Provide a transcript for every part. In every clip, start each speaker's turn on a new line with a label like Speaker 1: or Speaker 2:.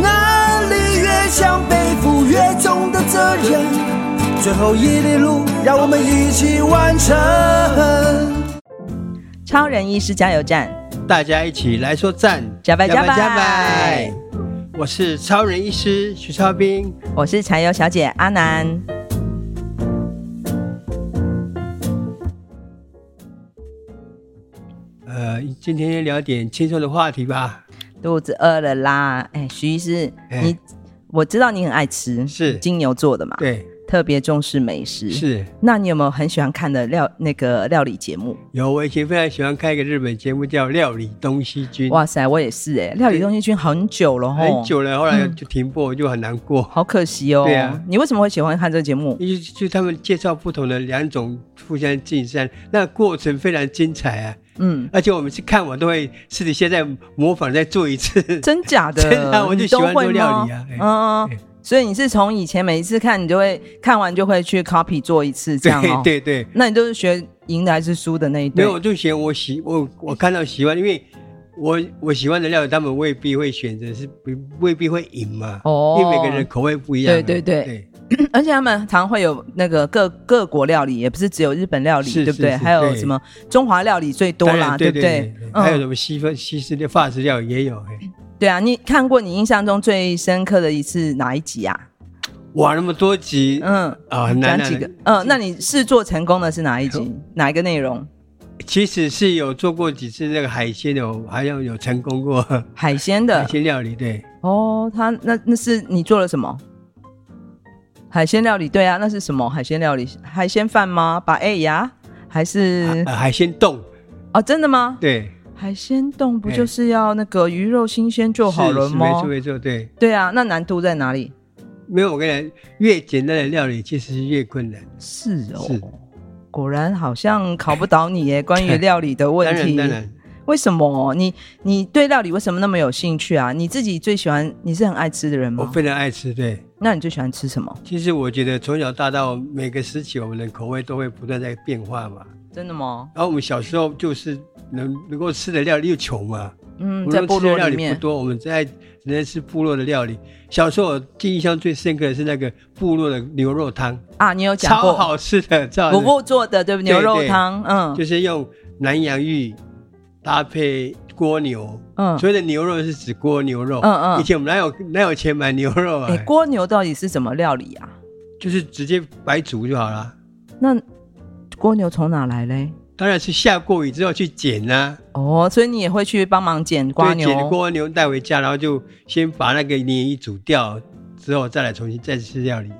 Speaker 1: 能力越强，背负越重的责任。最后一里路，让我们一起完成。
Speaker 2: 超人医师加油站，
Speaker 3: 大家一起来说赞，
Speaker 2: 加拜
Speaker 3: 加
Speaker 2: 加拜
Speaker 3: 加拜！我是超人医师徐超斌，
Speaker 2: 我是柴油小姐阿南。
Speaker 3: 呃，今天聊点轻松的话题吧。
Speaker 2: 肚子饿了啦！哎，徐医师，
Speaker 3: 哎
Speaker 2: 你我知道你很爱吃，
Speaker 3: 是
Speaker 2: 金牛座的嘛？，
Speaker 3: 对，
Speaker 2: 特别重视美食。，
Speaker 3: 是
Speaker 2: 那你有没有很喜欢看的料那个料理节目？
Speaker 3: 有我以前非常喜欢看一个日本节目叫《料理东西君》，
Speaker 2: 哇哦塞，我也是哎，料理东西君很久了吼，
Speaker 3: 很，久了，后来就停播，我就很难过。
Speaker 2: 好可惜哦。
Speaker 3: 对啊
Speaker 2: 你为什么会喜欢看这个节目？
Speaker 3: 因为就他们介绍不同的两种互相竞赛，那过程非常精彩啊！
Speaker 2: 嗯，
Speaker 3: 而且我们去看，我都会私底下再模仿再做一次。
Speaker 2: 真假的？
Speaker 3: 真的啊我就
Speaker 2: 你都
Speaker 3: 喜欢
Speaker 2: 会
Speaker 3: 做料理
Speaker 2: 吗
Speaker 3: 啊哎
Speaker 2: 嗯嗯
Speaker 3: 哎。
Speaker 2: 所以你是从以前每一次看，你就会看完就会去 copy 做一次这样哦。
Speaker 3: 对对对，
Speaker 2: 那你就是学赢的还是输的那一
Speaker 3: 没
Speaker 2: 对
Speaker 3: 有，？我就嫌我喜我我看到喜欢，因为我我喜欢的料理，他们未必会选择是不未必会赢嘛。
Speaker 2: 哦
Speaker 3: 因为每个人的口味不一样啊。
Speaker 2: 对对对
Speaker 3: 对，
Speaker 2: 而且他们常会有那个各各国料理，也不是只有日本料理，
Speaker 3: 是
Speaker 2: 对不对？
Speaker 3: 是是
Speaker 2: 还有
Speaker 3: 对
Speaker 2: 什么中华料理最多
Speaker 3: 当
Speaker 2: 啦，
Speaker 3: 然对
Speaker 2: 不
Speaker 3: 对
Speaker 2: 对？嗯
Speaker 3: 还有什么西方西式料、法式料理也有。嘿
Speaker 2: 对啊，你看过你印象中最深刻的一次哪一集啊？
Speaker 3: 哇，那么多集
Speaker 2: 嗯，
Speaker 3: 啊，很难
Speaker 2: 讲
Speaker 3: 啊
Speaker 2: 几个？嗯，那你试做成功的是哪一集？哪一个内容？
Speaker 3: 其实是有做过几次那个海鲜的，我好像有成 功过海
Speaker 2: 海鲜的
Speaker 3: 鲜料理。对，
Speaker 2: 哦，他那那是你做了什么？海鲜料理，对啊，那是什么海鲜料理？海鲜饭吗？把 A 呀？还是
Speaker 3: 呃海鲜冻，
Speaker 2: 哦，真的吗？
Speaker 3: 对，
Speaker 2: 海鲜冻不
Speaker 3: 哎
Speaker 2: 就是要那个鱼肉新鲜就好
Speaker 3: 是
Speaker 2: 了
Speaker 3: 是没
Speaker 2: 吗
Speaker 3: 错？没错，对，
Speaker 2: 对啊，那难度在哪里？
Speaker 3: 没有我跟你讲，越简单的料理其实是越困难。
Speaker 2: 是哦，
Speaker 3: 是
Speaker 2: 果然好像考不倒你耶，关于料理的
Speaker 3: 当
Speaker 2: 问
Speaker 3: 然
Speaker 2: 题。
Speaker 3: 当然，
Speaker 2: 为什么你你对料理为什么那么有兴趣啊？你自己最喜欢你是很爱吃的人
Speaker 3: 我
Speaker 2: 吗？
Speaker 3: 非常爱吃。对，
Speaker 2: 那你最喜欢吃什么？
Speaker 3: 其实我觉得从小到大，每个时期我们的口味都会不断在变化嘛。
Speaker 2: 真的吗？
Speaker 3: 然后我们小时候就是能能够吃的料理又穷嘛，
Speaker 2: 嗯，
Speaker 3: 我
Speaker 2: 在
Speaker 3: 们
Speaker 2: 部
Speaker 3: 吃的
Speaker 2: 落
Speaker 3: 料
Speaker 2: 里
Speaker 3: 理不
Speaker 2: 面，
Speaker 3: 多，我们在只能吃部落的料理。小时候我印象最深刻的是那个部落的牛肉汤。
Speaker 2: 啊，你有讲
Speaker 3: 超
Speaker 2: 过
Speaker 3: 好吃的，超
Speaker 2: 伯
Speaker 3: 好
Speaker 2: 父做的对不对？牛
Speaker 3: 对
Speaker 2: 肉
Speaker 3: 对
Speaker 2: 汤，
Speaker 3: 吃，
Speaker 2: 嗯
Speaker 3: 就是用南洋芋搭配蜗牛。
Speaker 2: 嗯
Speaker 3: 所。谓的牛肉是指蜗牛肉，
Speaker 2: 嗯嗯
Speaker 3: 以前我们哪有哪有钱买牛肉啊？
Speaker 2: 哎，蜗牛到底是什么料理啊？
Speaker 3: 就是直接白煮就好了。
Speaker 2: 那蜗牛从哪来嘞？
Speaker 3: 当然是下过雨之后去捡啊啦、
Speaker 2: 哦，所以你也会去帮忙捡蜗
Speaker 3: 对，捡
Speaker 2: 牛？
Speaker 3: 蜗牛带回家，然后就先把那个泥煮掉，之后再来重新再吃料理。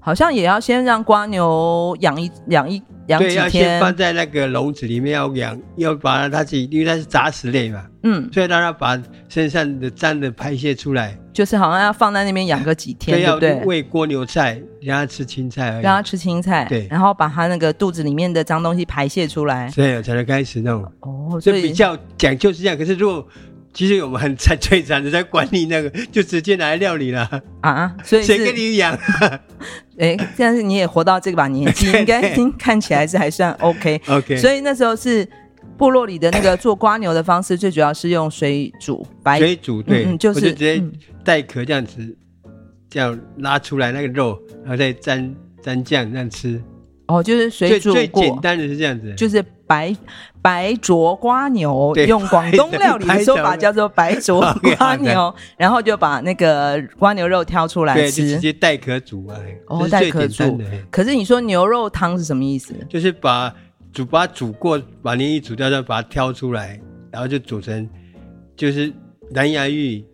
Speaker 2: 好像也要先让蜗牛养一养一养
Speaker 3: 对，
Speaker 2: 几
Speaker 3: 要先
Speaker 2: 天，
Speaker 3: 放在那个笼子里面，要养，要把它它自己，因为它是杂食类嘛，
Speaker 2: 嗯，
Speaker 3: 所以让它把身上的脏的排泄出来。
Speaker 2: 就是好像要放在那边养个几天，
Speaker 3: 对，
Speaker 2: 对
Speaker 3: 要
Speaker 2: 不对？
Speaker 3: 喂蜗牛菜，让它吃青菜而已，
Speaker 2: 让它吃青菜，
Speaker 3: 对
Speaker 2: 然后把它那个肚子里面的脏东西排泄出来。
Speaker 3: 所以才能开始弄。
Speaker 2: 哦，
Speaker 3: 所
Speaker 2: 所
Speaker 3: 以
Speaker 2: 以
Speaker 3: 比较讲究是这样，可是如果其实我们很惨最惨的在管理那个，就直接拿来料理了，
Speaker 2: 啊，所以
Speaker 3: 谁跟
Speaker 2: 是
Speaker 3: 你养？
Speaker 2: 哎，但是你也活到这把 年纪，应该已经看起来是还算 OK。
Speaker 3: OK，
Speaker 2: 所以那时候是部落里的那个做瓜牛的方式，最主要是用水煮白，
Speaker 3: 水煮对，
Speaker 2: 嗯嗯就是
Speaker 3: 我就直接
Speaker 2: 嗯
Speaker 3: 带壳这样子，这样拉出来那个肉，然后再沾沾酱这样吃。
Speaker 2: 哦，就是水
Speaker 3: 最
Speaker 2: 煮
Speaker 3: 最简
Speaker 2: 过，
Speaker 3: 单的是这样子，
Speaker 2: 就是白白灼瓜牛，
Speaker 3: 对
Speaker 2: 用广东料理的说法
Speaker 3: 白灼
Speaker 2: 叫做白灼瓜牛，然后就把那个瓜牛肉挑出来
Speaker 3: 对，就直
Speaker 2: 吃。
Speaker 3: 接带壳煮啊，
Speaker 2: 哦
Speaker 3: 这
Speaker 2: 带
Speaker 3: 是最
Speaker 2: 壳
Speaker 3: 简单
Speaker 2: 煮
Speaker 3: 的，
Speaker 2: 可是你说牛肉汤是什么意思？
Speaker 3: 就是把煮把它煮过，把黏液煮掉，再把它挑出来，然后就煮成就是南洋芋、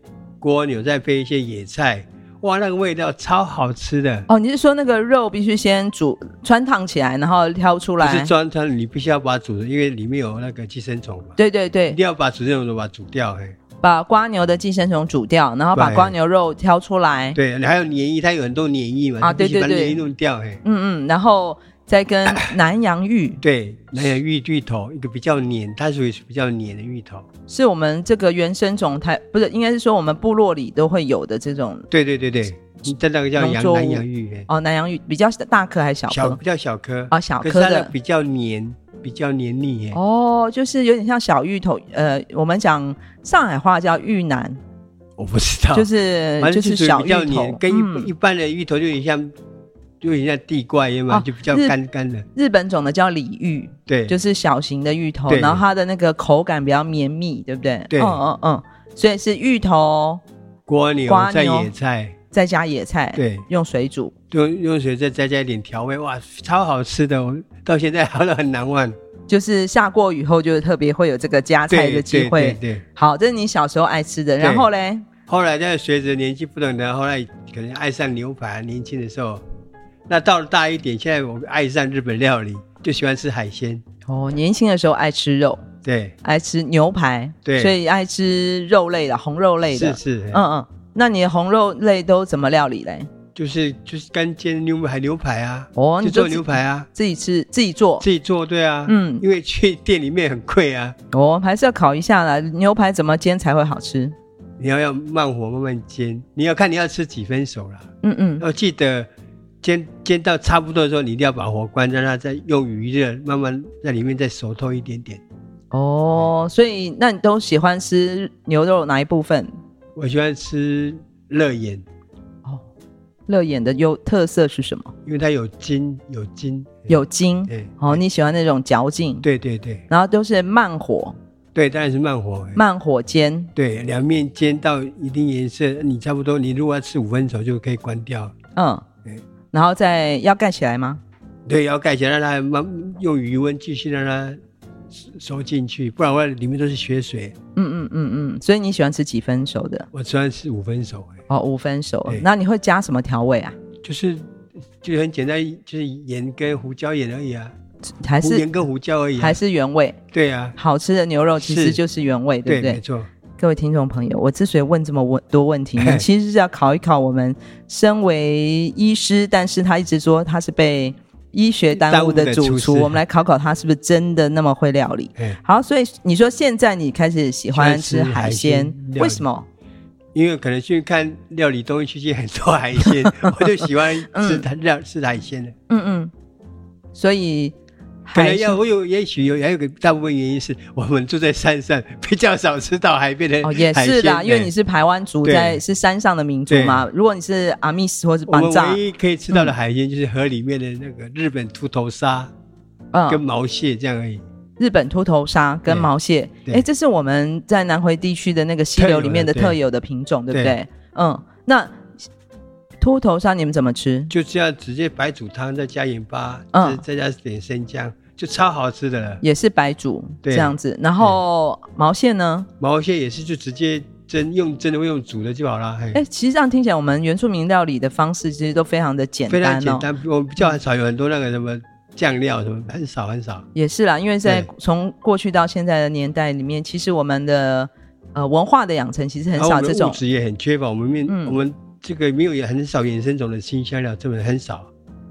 Speaker 3: 蜗牛，再配一些野菜，哇，那个味道超好吃的。
Speaker 2: 哦，你是说那个肉必须先煮穿烫起来，然后挑出
Speaker 3: 不是
Speaker 2: 来？
Speaker 3: 装汤，你必须要把它煮的，因为里面有那个寄生虫嘛，
Speaker 2: 对对
Speaker 3: 一
Speaker 2: 对，
Speaker 3: 定要把寄生虫都把它煮掉。哎，
Speaker 2: 把瓜牛的寄生虫煮掉，然后把
Speaker 3: 对
Speaker 2: 瓜牛肉挑出来，
Speaker 3: 对，还有黏液，它有很多黏液嘛，
Speaker 2: 啊
Speaker 3: 它必须
Speaker 2: 对对
Speaker 3: 把黏液
Speaker 2: 对
Speaker 3: 弄掉，哎，
Speaker 2: 嗯嗯，然后再跟南洋芋，
Speaker 3: 对，南洋芋芋头一个比较黏，它属于是比较黏的芋头，
Speaker 2: 是我们这个原生种台不是，应该是说我们部落里都会有的这种
Speaker 3: 对对对对，你在那个叫
Speaker 2: 农
Speaker 3: 洋
Speaker 2: 作
Speaker 3: 南
Speaker 2: 物
Speaker 3: 洋芋，哎
Speaker 2: 哦，南洋芋比较大颗还是小
Speaker 3: 小
Speaker 2: 颗？
Speaker 3: 比较小颗
Speaker 2: 哦小
Speaker 3: 可是
Speaker 2: 颗
Speaker 3: 它
Speaker 2: 的
Speaker 3: 的比较黏，比较黏腻，哎，
Speaker 2: 哦，就是有点像小芋头，呃，我们讲上海话叫芋南，
Speaker 3: 我不知道，
Speaker 2: 就是
Speaker 3: 哦反正
Speaker 2: 是
Speaker 3: 属于
Speaker 2: 小
Speaker 3: 比
Speaker 2: 芋
Speaker 3: 较
Speaker 2: 头
Speaker 3: 黏，，跟一、
Speaker 2: 嗯
Speaker 3: 一般的芋头就有点像，就有点像地瓜一样嘛，
Speaker 2: 哦
Speaker 3: 就比较
Speaker 2: 日
Speaker 3: 干干的，
Speaker 2: 日本种的叫鲤芋，
Speaker 3: 对，
Speaker 2: 就是小型的芋头，
Speaker 3: 对
Speaker 2: 然后它的那个口感比较绵密，对不对？
Speaker 3: 对
Speaker 2: 嗯嗯嗯，所以是芋头
Speaker 3: 蜗牛
Speaker 2: 瓜
Speaker 3: 在
Speaker 2: 牛
Speaker 3: 野菜，
Speaker 2: 再加野菜，
Speaker 3: 对，
Speaker 2: 用水煮。
Speaker 3: 用用水再再加一点调味，哇，超好吃的，我到现在 好像很难忘。
Speaker 2: 就是下过雨后，就是特别会有这个加菜
Speaker 3: 对
Speaker 2: 的
Speaker 3: 对
Speaker 2: 机
Speaker 3: 对
Speaker 2: 会。
Speaker 3: 对，
Speaker 2: 好，这是你小时候爱吃的。
Speaker 3: 对
Speaker 2: 然后嘞，
Speaker 3: 后来在随着年纪不同的，后来可能爱上牛排，年轻的时候，那到了大一点，现在我爱上日本料理，就喜欢吃海鲜。
Speaker 2: 哦，年轻的时候爱吃肉，
Speaker 3: 对，
Speaker 2: 爱吃牛排，
Speaker 3: 对
Speaker 2: 所以爱吃肉类的，红肉类
Speaker 3: 是
Speaker 2: 的。
Speaker 3: 是，
Speaker 2: 嗯嗯，那你的红肉类都怎么料理嘞？
Speaker 3: 就是就是干煎牛排牛排啊，
Speaker 2: 哦，
Speaker 3: 就
Speaker 2: 你
Speaker 3: 做
Speaker 2: 自
Speaker 3: 牛排啊，
Speaker 2: 自己吃自己做。
Speaker 3: 自己做对啊，
Speaker 2: 嗯
Speaker 3: 因为去店里面很贵啊，
Speaker 2: 哦，还是要烤一下啦。牛排怎么煎才会好吃？
Speaker 3: 你要要慢火慢慢煎，你要看你要吃几分熟啦。
Speaker 2: 嗯嗯，
Speaker 3: 要记得煎煎到差不多的时候，你一定要把火关，让它再用余热慢慢在里面再熟透一点点。
Speaker 2: 哦，所以那你都喜欢吃牛肉哪一部分？
Speaker 3: 我喜欢吃热眼，
Speaker 2: 哦，乐眼的优特色是什么？
Speaker 3: 因为它有筋有筋。
Speaker 2: 有筋
Speaker 3: 对
Speaker 2: 哦，你喜欢那种嚼劲，
Speaker 3: 对对对
Speaker 2: 然后都是慢火
Speaker 3: 对，当然是慢火。哎
Speaker 2: 慢火煎，
Speaker 3: 对，两面煎到一定颜色，你差不多，你如果要吃五分熟就可以关掉。
Speaker 2: 嗯
Speaker 3: 对，
Speaker 2: 然后再要盖起来吗？
Speaker 3: 对，要盖起来，让它慢用余温继续让它熟熟进去，不然的话里面都是血水。
Speaker 2: 嗯嗯嗯嗯，所以你喜欢吃几分熟的？
Speaker 3: 我喜欢吃五分熟，哎
Speaker 2: 哦，五分熟
Speaker 3: 对。
Speaker 2: 那你会加什么调味啊？
Speaker 3: 就是就很简单，就是盐跟胡椒盐而已啊。
Speaker 2: 还
Speaker 3: 胡
Speaker 2: 是
Speaker 3: 盐跟胡椒而已、啊，
Speaker 2: 还是原味？
Speaker 3: 对啊，
Speaker 2: 好吃的牛肉其实
Speaker 3: 是
Speaker 2: 就是原味，对
Speaker 3: 对，
Speaker 2: 不对
Speaker 3: 没？错，
Speaker 2: 各位听众朋友，我之所以问这么问多问 题，呢，其实是要考一考我们身为医师，但是他一直说他是被医学耽误的
Speaker 3: 耽误
Speaker 2: 主
Speaker 3: 的厨师
Speaker 2: 厨，我们来考考他是不是真的那么会料理。
Speaker 3: 哎，
Speaker 2: 好，所以你说现在你开始喜欢
Speaker 3: 喜
Speaker 2: 吃
Speaker 3: 欢吃
Speaker 2: 海鲜
Speaker 3: 海鲜料，理
Speaker 2: 为什么？
Speaker 3: 因为可能去看料理东西去很多海 鲜，我就喜欢吃它料吃海鲜的。
Speaker 2: 嗯嗯，所以
Speaker 3: 可
Speaker 2: 海
Speaker 3: 能
Speaker 2: 鲜
Speaker 3: 要我有，也许有，还有个大部分原因是我们住在山上，比较少吃到海边的
Speaker 2: 哦也
Speaker 3: 海
Speaker 2: 是
Speaker 3: 鲜
Speaker 2: 啦，因为你
Speaker 3: 哎
Speaker 2: 是排湾族，
Speaker 3: 对
Speaker 2: 在是山上的民族嘛。如果你是阿密斯或是
Speaker 3: 我
Speaker 2: 班
Speaker 3: 们
Speaker 2: 扎，
Speaker 3: 唯一可以吃到的海鲜就是河里面的那个日本秃头鲨跟
Speaker 2: 嗯，
Speaker 3: 毛蟹这样而已，
Speaker 2: 日本秃头鲨跟
Speaker 3: 对
Speaker 2: 毛蟹，
Speaker 3: 对
Speaker 2: 哎，这是我们在南回地区的那个溪流里面的
Speaker 3: 特有的
Speaker 2: 特有的品种，对不
Speaker 3: 对
Speaker 2: 对？嗯，那秃头鲨你们怎么吃？
Speaker 3: 就这样直接白煮汤，再加盐巴，
Speaker 2: 嗯
Speaker 3: 再再加点生姜，就超好吃的了。
Speaker 2: 也是白煮
Speaker 3: 对
Speaker 2: 这样子，然后毛蟹呢？
Speaker 3: 毛蟹也是就直接蒸，用蒸的或用煮的就好了。哎
Speaker 2: 哎、其实这样听起来，我们原住民料理的方式其实都非常的简单
Speaker 3: 非
Speaker 2: 哦。
Speaker 3: 常简单，我比较少有很多那个什么酱料什么，很少很少。
Speaker 2: 也是啦，因为在
Speaker 3: 对
Speaker 2: 从过去到现在的年代里面，其实我们的呃文化的养成其实很
Speaker 3: 然后
Speaker 2: 少
Speaker 3: 哦我们
Speaker 2: 这
Speaker 3: 的物
Speaker 2: 种
Speaker 3: 质也很缺乏，我们面、
Speaker 2: 嗯
Speaker 3: 我们这个没有也很少衍生种的新香料，真的很少。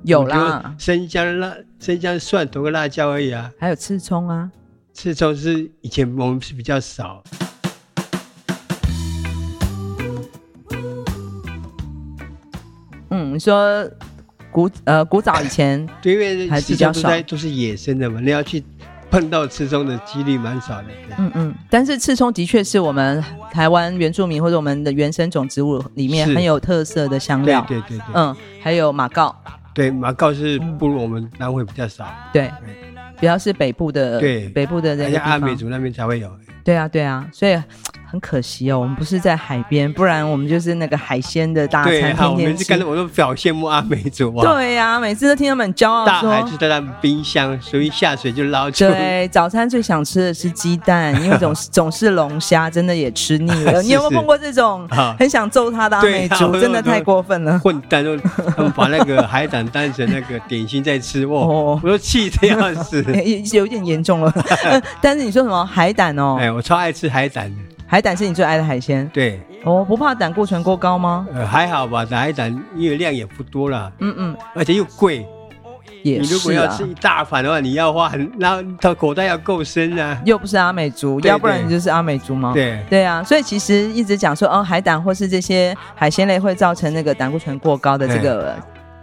Speaker 2: 有
Speaker 3: 我们
Speaker 2: 啦
Speaker 3: 就，生姜、辣、生姜、蒜头跟辣椒而已啊。
Speaker 2: 还有刺葱啊。
Speaker 3: 刺葱是以前我们是比较少，
Speaker 2: 嗯，你说古呃古早以 前
Speaker 3: 对，因为
Speaker 2: 还比
Speaker 3: 刺
Speaker 2: 较
Speaker 3: 葱
Speaker 2: 少
Speaker 3: 都在都是野生的嘛，你要去碰到刺葱的几率蛮少的。对
Speaker 2: 嗯嗯，但是刺葱的确是我们台湾原住民或者我们的原生种植物里面
Speaker 3: 是
Speaker 2: 很有特色的香料。
Speaker 3: 对对对对，
Speaker 2: 嗯，还有马告，
Speaker 3: 对马告是不如我们南回比较少，
Speaker 2: 对，主要是北部的，
Speaker 3: 对
Speaker 2: 北部的那
Speaker 3: 而
Speaker 2: 个
Speaker 3: 且
Speaker 2: 地
Speaker 3: 阿美
Speaker 2: 方。
Speaker 3: 族那边才会有。
Speaker 2: 对啊，对啊，所以很可惜哦，我们不是在海边，不然我们就是那个海鲜的大餐，
Speaker 3: 对，
Speaker 2: 天
Speaker 3: 好，我
Speaker 2: 天
Speaker 3: 们
Speaker 2: 吃
Speaker 3: 是。看到我都表羡慕阿美族啊哇。
Speaker 2: 对呀、每次都听他们很骄傲
Speaker 3: 大海
Speaker 2: 说
Speaker 3: 就，在那冰箱，所以下水就捞出。
Speaker 2: 对，早餐最想吃的是鸡蛋，因为总总是 龙虾，真的也吃腻了。
Speaker 3: 是
Speaker 2: 你有没有
Speaker 3: 是
Speaker 2: 碰过这种
Speaker 3: 啊
Speaker 2: 很想揍他的阿美
Speaker 3: 对啊
Speaker 2: 族？
Speaker 3: 我
Speaker 2: 真的太过分了。
Speaker 3: 混蛋都，他们把那个海胆当成那个点心在吃，哇！
Speaker 2: 哦
Speaker 3: 我都气得要 死。
Speaker 2: 有有一点严重了，但是你说什么海胆哦，
Speaker 3: 哎哎，我超爱吃海胆的，
Speaker 2: 海胆是你最爱的海鲜
Speaker 3: 对，
Speaker 2: 哦，不怕胆固醇过高吗？
Speaker 3: 呃，还好吧，打一胆因为量也不多啦，
Speaker 2: 嗯嗯，
Speaker 3: 而且又贵。
Speaker 2: 也
Speaker 3: 你如果
Speaker 2: 是
Speaker 3: 要
Speaker 2: 啊
Speaker 3: 吃，一大盘的话，你要花很，那他口袋要够深啊。
Speaker 2: 又不是阿美族，
Speaker 3: 对
Speaker 2: 要不然
Speaker 3: 对
Speaker 2: 你就是阿美族吗？
Speaker 3: 对，
Speaker 2: 对啊，所以其实一直讲说，哦，海胆或是这些海鲜类会造成那个胆固醇过高的这个
Speaker 3: 哎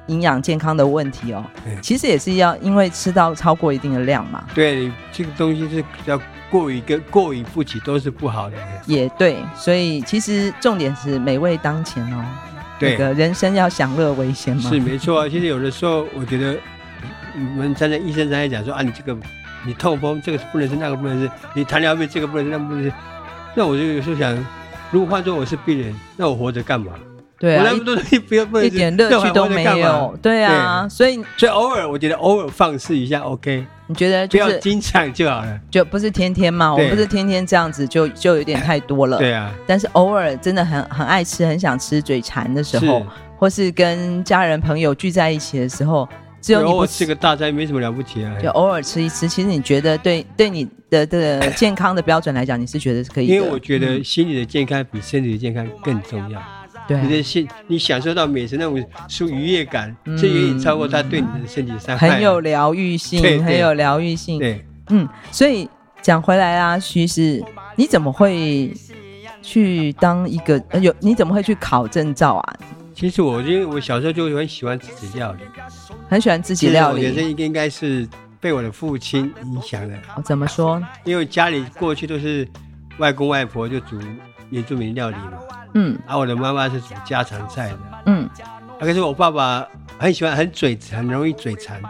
Speaker 2: 营养健康的问题哦
Speaker 3: 对。
Speaker 2: 其实也是要因为吃到超过一定的量嘛，
Speaker 3: 对，这个东西是要过于跟过于不及都是不好的。
Speaker 2: 也对。所以其实重点是美味当前哦，
Speaker 3: 对，
Speaker 2: 那个人生要享乐为先嘛。
Speaker 3: 是没错啊。其实有的时候，我觉得嗯我们站在医生站在讲说啊，你这个你痛风这个不能吃，那个不能吃，你糖尿病这个不能吃，那个不能吃。那我就有时候想，如果换做我是病人，那我活着干嘛？
Speaker 2: 对
Speaker 3: 我
Speaker 2: 啊
Speaker 3: 那，么多东西不要不
Speaker 2: 一
Speaker 3: 能
Speaker 2: 一
Speaker 3: 吃，
Speaker 2: 点
Speaker 3: 那
Speaker 2: 乐
Speaker 3: 我还
Speaker 2: 趣都
Speaker 3: 活着
Speaker 2: 没
Speaker 3: 干嘛。
Speaker 2: 有。对啊，所以
Speaker 3: 所以偶尔我觉得偶尔放肆一下，OK，
Speaker 2: 你觉得
Speaker 3: 不
Speaker 2: 就
Speaker 3: 要
Speaker 2: 是
Speaker 3: 经常就好了。
Speaker 2: 就不是天天嘛？我
Speaker 3: 对
Speaker 2: 们不是天天这样子就就有点太多了。
Speaker 3: 对啊，
Speaker 2: 但是偶尔真的很很爱吃，很想吃，嘴馋的时候
Speaker 3: 是，
Speaker 2: 或是跟家人朋友聚在一起的时候，只有你
Speaker 3: 然
Speaker 2: 不
Speaker 3: 后
Speaker 2: 吃，
Speaker 3: 这个大餐没什么了不起啊。
Speaker 2: 就偶尔吃一吃。其实你觉得对对你的的健康的标准来讲，你是觉得是可以的。嗯
Speaker 3: 因为我觉得心理的健康比身体的健康更重要。你
Speaker 2: 对
Speaker 3: 的心，你享受到美食那种舒愉悦感，
Speaker 2: 嗯
Speaker 3: 这远远超过它对你的身体的伤害。
Speaker 2: 很有疗愈
Speaker 3: 对
Speaker 2: 性，
Speaker 3: 对
Speaker 2: 很有疗愈性。
Speaker 3: 对，
Speaker 2: 嗯，所以讲回来啊，徐是，你怎么会去当一个呃有？你怎么会去考证照啊？
Speaker 3: 其实我因为我小时候就很喜欢自己料理，
Speaker 2: 很喜欢自己
Speaker 3: 其实
Speaker 2: 料
Speaker 3: 我觉得这
Speaker 2: 理。
Speaker 3: 应应该是被我的父亲影响的，
Speaker 2: 哦、怎么说？
Speaker 3: 因为家里过去都是外公外婆就煮原住民料理嘛，啊
Speaker 2: 嗯
Speaker 3: 而、我的妈妈是煮家常菜的，
Speaker 2: 嗯，
Speaker 3: 啊可是我爸爸很喜欢很嘴馋，很容易 嘴馋，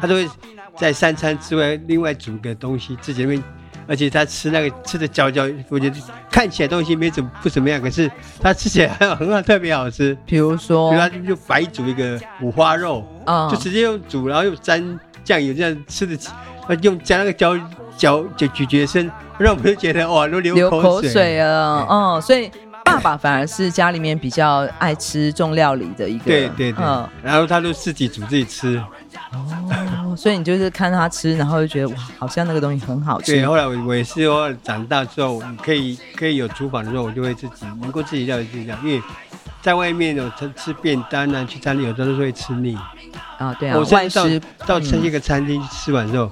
Speaker 3: 他都会在三餐之外另外煮个东西自己那边，而且他吃那个吃的嚼嚼，我觉得看起来东西没怎么不怎么样，可是他吃起来很很好，特别好吃。
Speaker 2: 比如说
Speaker 3: 比如，他就白煮一个五花肉，
Speaker 2: 嗯
Speaker 3: 就直接用煮，然后又沾酱油这样吃的，呃用加那个嚼嚼咀咀嚼声，让我们就觉得哇都流
Speaker 2: 流
Speaker 3: 口
Speaker 2: 口
Speaker 3: 水。啊
Speaker 2: 水了，嗯，所以爸爸反而是家里面比较爱吃重料理的一个，
Speaker 3: 对对对，
Speaker 2: 嗯，
Speaker 3: 然后他都自己煮自己吃。
Speaker 2: 哦所以你就是看他吃，然后就觉得哇，好像那个东西很好
Speaker 3: 对，哦
Speaker 2: 吃，
Speaker 3: 后来我我也是后来长大之后，你可以可以有厨房的时候，我就会自己能够自己料理自己料理，因为在外面有吃吃便当啊，去餐厅有时候都会吃腻。
Speaker 2: 啊，对啊
Speaker 3: 我，
Speaker 2: 外
Speaker 3: 甚至
Speaker 2: 食，
Speaker 3: 到到吃一个餐厅吃完之后，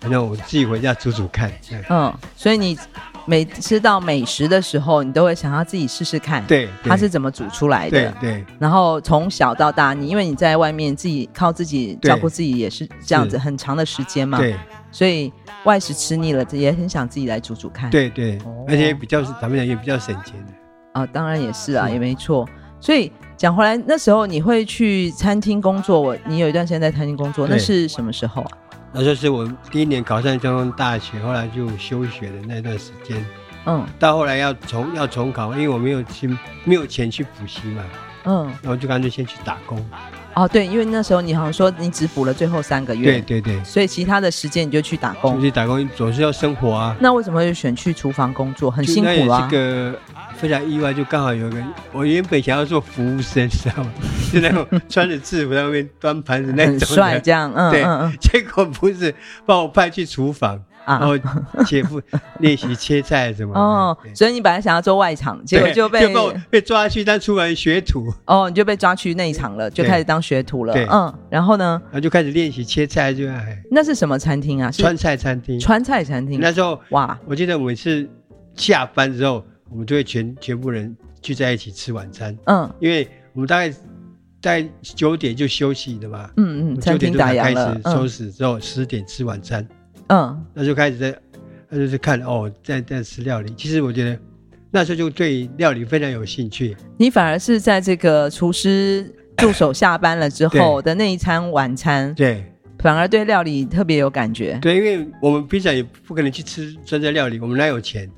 Speaker 3: 反正我自己回家煮煮看。这样
Speaker 2: 嗯，所以你每吃到美食的时候，你都会想要自己试试看，，
Speaker 3: 对，对
Speaker 2: 它是怎么煮出来
Speaker 3: 对
Speaker 2: 的。
Speaker 3: 对
Speaker 2: 然后从小到大，你因为你在外面自己靠自己
Speaker 3: 对
Speaker 2: 照顾自己，也是这样子
Speaker 3: 是
Speaker 2: 很长的时间嘛，
Speaker 3: 对
Speaker 2: 所以外食吃腻了，也很想自己来煮煮看。
Speaker 3: 对对
Speaker 2: 哦，
Speaker 3: 而且比较是咱们讲也比较省钱的。
Speaker 2: 啊，当然也是啊，
Speaker 3: 是
Speaker 2: 也没错。所以讲回来，那时候你会去餐厅工作，我你有一段时间在餐厅工作，那
Speaker 3: 对
Speaker 2: 是什么时候啊？
Speaker 3: 那就是我第一年考上交通大学，后来就休学的那段时间，
Speaker 2: 嗯
Speaker 3: 到后来要重要重考，因为我没有去没有钱去补习嘛，
Speaker 2: 嗯，
Speaker 3: 然后就干脆先去打工。
Speaker 2: 哦对，因为那时候你好像说你只补了最后三个
Speaker 3: 对
Speaker 2: 月，
Speaker 3: 对对，
Speaker 2: 所以其他的时间你就去打
Speaker 3: 就
Speaker 2: 工。
Speaker 3: 是打工总是要生活啊，
Speaker 2: 那为什么会选去厨房工作？很
Speaker 3: 就
Speaker 2: 辛
Speaker 3: 那
Speaker 2: 苦啊
Speaker 3: 也是。个非常意外，就刚好有个我原本想要做服务生，知道吗？ 就那种穿着制服在外面端盘子那种
Speaker 2: 很
Speaker 3: 的，
Speaker 2: 帅，这样，嗯
Speaker 3: 对
Speaker 2: 嗯嗯
Speaker 3: 结果不是把我派去厨房，然
Speaker 2: 啊，
Speaker 3: 后切腹练习切菜什么的。
Speaker 2: 哦，
Speaker 3: 对
Speaker 2: 所以你本来想要做外场，结果
Speaker 3: 对
Speaker 2: 就被
Speaker 3: 我被抓去当厨房学徒，
Speaker 2: 哦，你就被抓去内场了，就
Speaker 3: 对
Speaker 2: 开始当学徒了，
Speaker 3: 对
Speaker 2: 嗯，然后呢，
Speaker 3: 然后就开始练习切菜，就哎
Speaker 2: 那是什么餐厅啊？是
Speaker 3: 川菜餐厅。
Speaker 2: 川菜餐厅，
Speaker 3: 那时候
Speaker 2: 哇，
Speaker 3: 我记得每次下班之后，我们就会全全部人聚在一起吃晚餐，
Speaker 2: 嗯。
Speaker 3: 因为我们大概在九点就休息的嘛，
Speaker 2: 嗯嗯，餐
Speaker 3: 九
Speaker 2: 厅
Speaker 3: 点就
Speaker 2: 打
Speaker 3: 开
Speaker 2: 烊了
Speaker 3: 始，收
Speaker 2: 嗯
Speaker 3: 拾之后十点吃晚餐。
Speaker 2: 嗯，
Speaker 3: 那就开始在，那就是看哦，在在吃料理。其实我觉得那时候就对料理非常有兴趣。
Speaker 2: 你反而是在这个厨师助手下班了之后的那一餐晚餐，
Speaker 3: 对
Speaker 2: 反而对料理特别有感觉，
Speaker 3: 对，因为我们平常也不可能去吃专家料理，我们哪有钱？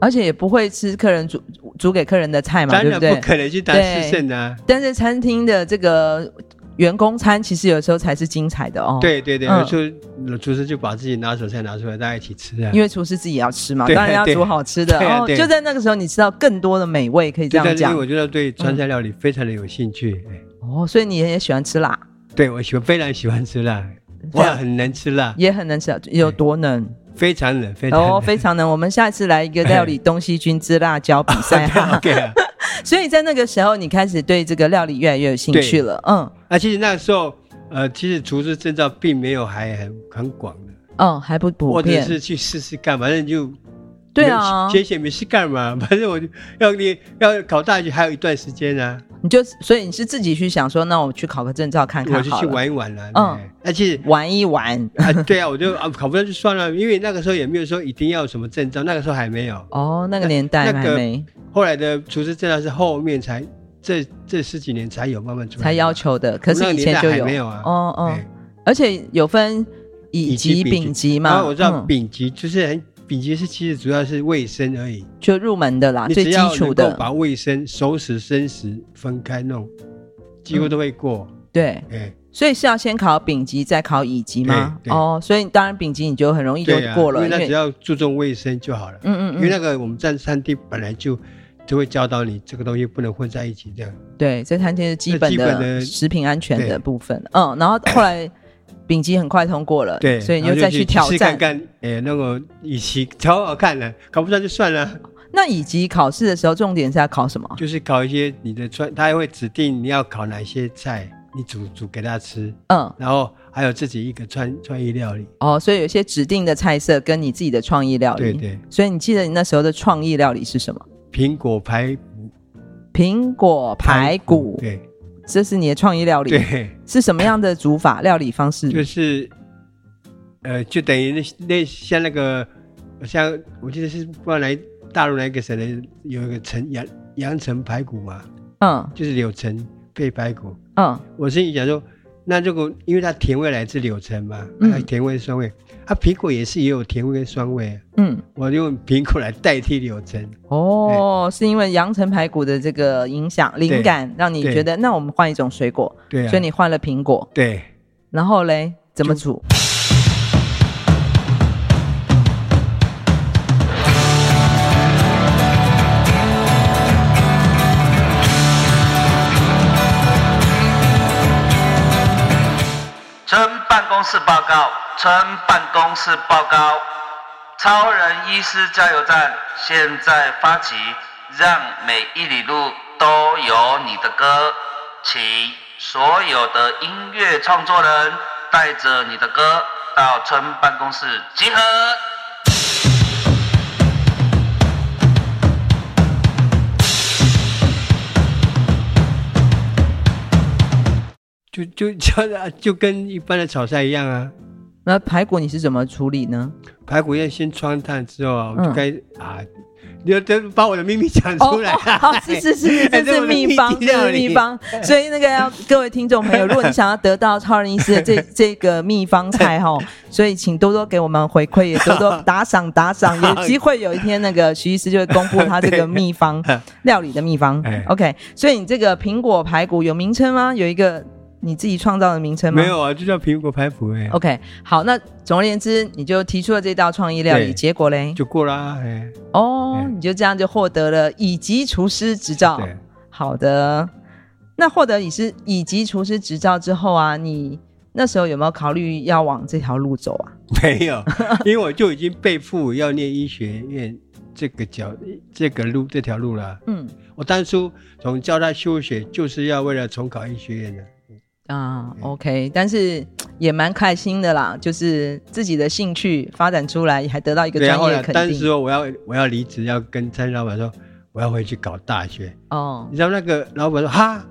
Speaker 2: 而且也不会吃客人煮煮给客人的菜嘛，
Speaker 3: 当
Speaker 2: 对不
Speaker 3: 然
Speaker 2: 对
Speaker 3: 不？可能去当
Speaker 2: 对
Speaker 3: 师生啊。
Speaker 2: 但是餐厅的这个员工餐，其实有时候才是精彩的哦。。
Speaker 3: 对对对，
Speaker 2: 嗯
Speaker 3: 有时候厨师就把自己拿手菜拿出来，大家一起吃啊
Speaker 2: 因。为厨师自己要吃嘛，
Speaker 3: 对
Speaker 2: 当然要
Speaker 3: 对
Speaker 2: 煮好吃的。
Speaker 3: 对啊
Speaker 2: 哦，
Speaker 3: 对
Speaker 2: 就在那个时候，你吃到更多的美味，可以这
Speaker 3: 对，
Speaker 2: 样
Speaker 3: 但是因为
Speaker 2: 讲。
Speaker 3: 我觉得对川菜料理非常的有兴趣。哎
Speaker 2: 哦，所以你也喜欢吃辣，
Speaker 3: 对我喜欢非常喜欢吃辣，我很能吃辣，
Speaker 2: 也很能吃，有多能？
Speaker 3: 非常冷，非常冷。
Speaker 2: 哦，非常能。我们下次来一个料理东西军之辣椒比赛 哈。
Speaker 3: OK 啊，
Speaker 2: 所以在那个时候，你开始对这个料理越来越有兴趣了。嗯
Speaker 3: 啊，其实那时候，呃，其实厨师证照并没有还很很广的，
Speaker 2: 嗯，还不普
Speaker 3: 或者
Speaker 2: 遍。
Speaker 3: 是去试试干，反正就
Speaker 2: 对啊，
Speaker 3: 闲闲没事干嘛， 反正我就要你要考大学还有一段时间啊，
Speaker 2: 你就所以你是自己去想说，那我去考个证照看
Speaker 3: 我
Speaker 2: 看
Speaker 3: 就
Speaker 2: 好
Speaker 3: 去
Speaker 2: 了，
Speaker 3: 玩一玩了、
Speaker 2: 嗯
Speaker 3: 嗯，而且
Speaker 2: 玩一玩。
Speaker 3: 啊，对啊，我就啊 考不上就算了，因为那个时候也没有说一定要有什么证照，那个时候还没有。
Speaker 2: 哦，那个年代
Speaker 3: 那
Speaker 2: 还
Speaker 3: 个
Speaker 2: 没
Speaker 3: 后来的厨师证照是后面才这这十几年才有慢慢出来，
Speaker 2: 才要。求的，可
Speaker 3: 啊我
Speaker 2: 是
Speaker 3: 那个
Speaker 2: 以
Speaker 3: 年
Speaker 2: 前
Speaker 3: 代
Speaker 2: 就
Speaker 3: 还
Speaker 2: 有。
Speaker 3: 没有啊
Speaker 2: 哦哦
Speaker 3: 哎，
Speaker 2: 而且有分乙
Speaker 3: 乙级
Speaker 2: 级、
Speaker 3: 丙级
Speaker 2: 丙级
Speaker 3: 然
Speaker 2: 嘛。
Speaker 3: 后我知道
Speaker 2: 嗯
Speaker 3: 丙级就是很丙级是其实主要是卫生而已，
Speaker 2: 就入门的啦，
Speaker 3: 你
Speaker 2: 啊最
Speaker 3: 只
Speaker 2: 基
Speaker 3: 要
Speaker 2: 础
Speaker 3: 能够
Speaker 2: 的。
Speaker 3: 把卫生、熟食、生食分开弄，几乎都会过。
Speaker 2: 对，
Speaker 3: 哎，
Speaker 2: 所以是要先考丙级，再考乙级吗？
Speaker 3: 对对
Speaker 2: 哦，所以当然丙级你就很容易就
Speaker 3: 对啊，
Speaker 2: 过了，
Speaker 3: 因
Speaker 2: 因
Speaker 3: 为那只
Speaker 2: 为
Speaker 3: 要注重卫生就好了。
Speaker 2: 嗯
Speaker 3: 因为
Speaker 2: 嗯
Speaker 3: 那个我们在餐厅本来就就会教导你这个东西不能混在一起这样。
Speaker 2: 嗯，对，这餐厅是基本
Speaker 3: 这基本
Speaker 2: 的
Speaker 3: 的
Speaker 2: 食品安全的
Speaker 3: 对
Speaker 2: 部分。嗯，然后后来丙级很快通过了，
Speaker 3: 对，
Speaker 2: 所以你
Speaker 3: 然后
Speaker 2: 再
Speaker 3: 去
Speaker 2: 挑
Speaker 3: 试试
Speaker 2: 战
Speaker 3: 看。看，哎，那个以期超好看的，考不上就算了，
Speaker 2: 那乙级考试的时候，重点是要考什么？
Speaker 3: 就是考一些你的川，他还会指定你要考哪些菜，你煮煮给他吃，
Speaker 2: 嗯，
Speaker 3: 然后还有自己一个川川艺料理。
Speaker 2: 哦，所以有一些指定的菜色跟你自己的创意料理。
Speaker 3: 对对，
Speaker 2: 所以你记得你那时候的创意料理是什么？
Speaker 3: 苹果排
Speaker 2: 苹果排骨，
Speaker 3: 对
Speaker 2: 这是你的创意料理。
Speaker 3: 对，
Speaker 2: 是什么样的煮法、料理方式？
Speaker 3: 就是呃，就等于那那像那个像我记得是不知道哪一大陆哪一个省的有一个陈阳阳城排骨嘛，
Speaker 2: 嗯
Speaker 3: 就是柳橙配排骨。
Speaker 2: 嗯，
Speaker 3: 我心里想说，那如果因为它甜味来自柳橙嘛，
Speaker 2: 嗯
Speaker 3: 它甜味酸味，它苹果也是也有甜味跟酸味啊，
Speaker 2: 嗯，
Speaker 3: 我用苹果来代替柳橙。
Speaker 2: 哦，是因为阳城排骨的这个影响、灵感，让你
Speaker 3: 哎对
Speaker 2: 觉得那我们换一种水果，
Speaker 3: 对啊，
Speaker 2: 所以你换了苹果，
Speaker 3: 对
Speaker 2: 然后嘞怎么煮？
Speaker 4: 村办公室报告，村办公室报告，超人医师加油站现在发起，让每一里路都有你的歌，请所有的音乐创作人带着你的歌到村办公室集合。
Speaker 3: 就就 就就跟一般的炒菜一样啊。
Speaker 2: 那排骨你是怎么处理呢？
Speaker 3: 排骨要先穿烫之后啊，我就
Speaker 2: 嗯
Speaker 3: 该、啊，你要真把我的秘密讲出来、啊
Speaker 2: 哦 好，是是是，这是秘方，这是秘。
Speaker 3: 哎
Speaker 2: 方。所以那个要各位听众朋友，如果你想要得到超人医师的 这这个秘方菜哈，所以请多多给我们回馈，也多多打赏打赏。有机会有一天那个徐医师就会公布他这个秘 方料理的秘方
Speaker 3: 哎。
Speaker 2: OK，所以你这个苹果排骨有名称吗？有一个你自己创造的名
Speaker 3: 我
Speaker 2: 称吗？
Speaker 3: 们
Speaker 2: 哦
Speaker 3: 没。有啊，就叫苹果排骨哎、
Speaker 2: OK，好，那总而言之，你就提出了这道创意料理，
Speaker 3: 对
Speaker 2: 结果嘞，
Speaker 3: 就过啦哎、
Speaker 2: 哦
Speaker 3: 哎，
Speaker 2: 你就这样就获得了乙级厨师执照。
Speaker 3: 对，
Speaker 2: 好的，那获得乙师乙级厨师执照之后啊，你那时候有没有考虑要往这条路走啊？
Speaker 3: 没有，因为我就已经被父要念医学院这个角这个路这条路了。
Speaker 2: 嗯
Speaker 3: 我当初从交大休学，就是要为了重考医学院的。
Speaker 2: 啊，OK，但
Speaker 3: 嗯
Speaker 2: 是也蛮开心的啦，就是自己的兴趣发展出来，还得到一个
Speaker 3: 对啊，后
Speaker 2: 专
Speaker 3: 来
Speaker 2: 业
Speaker 3: 当
Speaker 2: 肯
Speaker 3: 时
Speaker 2: 定。
Speaker 3: 我要我要离职，要跟蔡老板说我要回去搞大学。
Speaker 2: 哦，
Speaker 3: 你知道那个老板说哈，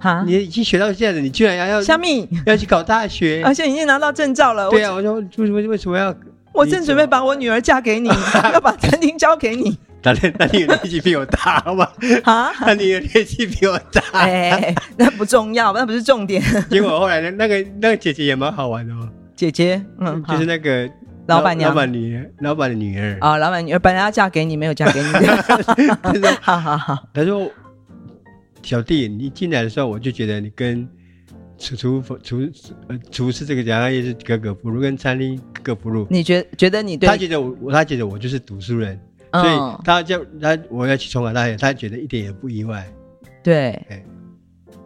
Speaker 2: 哈，
Speaker 3: 你已经学到现在了，你居然要
Speaker 2: 虾
Speaker 3: 要
Speaker 2: 米，
Speaker 3: 要去搞大学？
Speaker 2: 而且已经拿到证照了，
Speaker 3: 对啊，我说为什么为什 么要？
Speaker 2: 我我正准备把我女儿嫁给 你，要把餐厅交给你
Speaker 3: 那你那你有年纪比我大吗？
Speaker 2: 啊。
Speaker 3: 那你有年纪比我大。
Speaker 2: 哎，那不重要，那不是重点。
Speaker 3: 结果后来呢，那个那个姐姐也蛮好玩的哦，
Speaker 2: 姐姐，嗯，
Speaker 3: 就是那个
Speaker 2: 老板娘
Speaker 3: 老板女儿、老板的女儿。
Speaker 2: 啊、老板女儿本来要嫁给你，没有嫁给 你。好好好，
Speaker 3: 她说：“小弟，你进来的时候我就觉得你跟厨厨厨呃厨师这个行业是格格不入，跟餐厅格格不入。
Speaker 2: 你觉觉得你对嗯
Speaker 3: 他觉得我，他觉得我就是读书人，所以他叫他我要去重考大学，他觉得一点也不意外。
Speaker 2: 对
Speaker 3: 哎，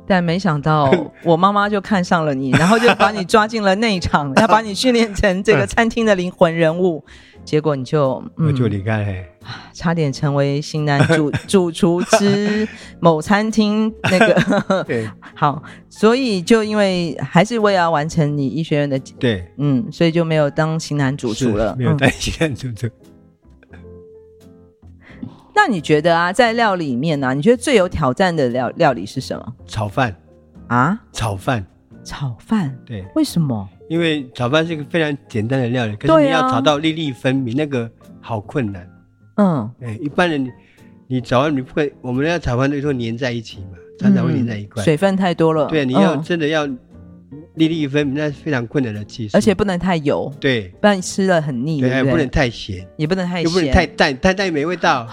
Speaker 2: 但没想到 我妈妈就看上了你，然后就把你抓进了内场，要把你训练成这个餐厅的灵魂人物。结果你就
Speaker 3: 嗯我
Speaker 2: 嗯，
Speaker 3: 就离开了。
Speaker 2: 差点成为新南 主主厨之某餐厅那 个
Speaker 3: 对
Speaker 2: 好，所以就因为还是为了要完成你医学院的
Speaker 3: 对，
Speaker 2: 嗯，所以就没有当型男主
Speaker 3: 是
Speaker 2: 厨了。
Speaker 3: 没有
Speaker 2: 嗯
Speaker 3: 担心主厨。
Speaker 2: 那你觉得啊，在料理里面呢、你觉得最有挑战的料料理是什么
Speaker 3: 炒饭，
Speaker 2: 啊？
Speaker 3: 炒饭，
Speaker 2: 炒饭？
Speaker 3: 对，
Speaker 2: 为什么？
Speaker 3: 因为炒饭是一个非常简单的料理，可是
Speaker 2: 对
Speaker 3: 你要
Speaker 2: 啊
Speaker 3: 炒到粒粒分明，那个好困难。
Speaker 2: 嗯，
Speaker 3: 哎，一般人你你炒饭你不会，我们要炒饭都说粘在一起嘛，常常会粘在一块。
Speaker 2: 嗯水分太多了。
Speaker 3: 对，你要
Speaker 2: 嗯
Speaker 3: 真的要粒粒分明，那是非常困难的技术。
Speaker 2: 而且不能太油，
Speaker 3: 对
Speaker 2: 不然吃了很腻，
Speaker 3: 对，还
Speaker 2: 对
Speaker 3: 不
Speaker 2: 不
Speaker 3: 能
Speaker 2: 对？
Speaker 3: 太咸，
Speaker 2: 也不能太
Speaker 3: 又不能
Speaker 2: 咸，哦
Speaker 3: 太淡，太淡没味道。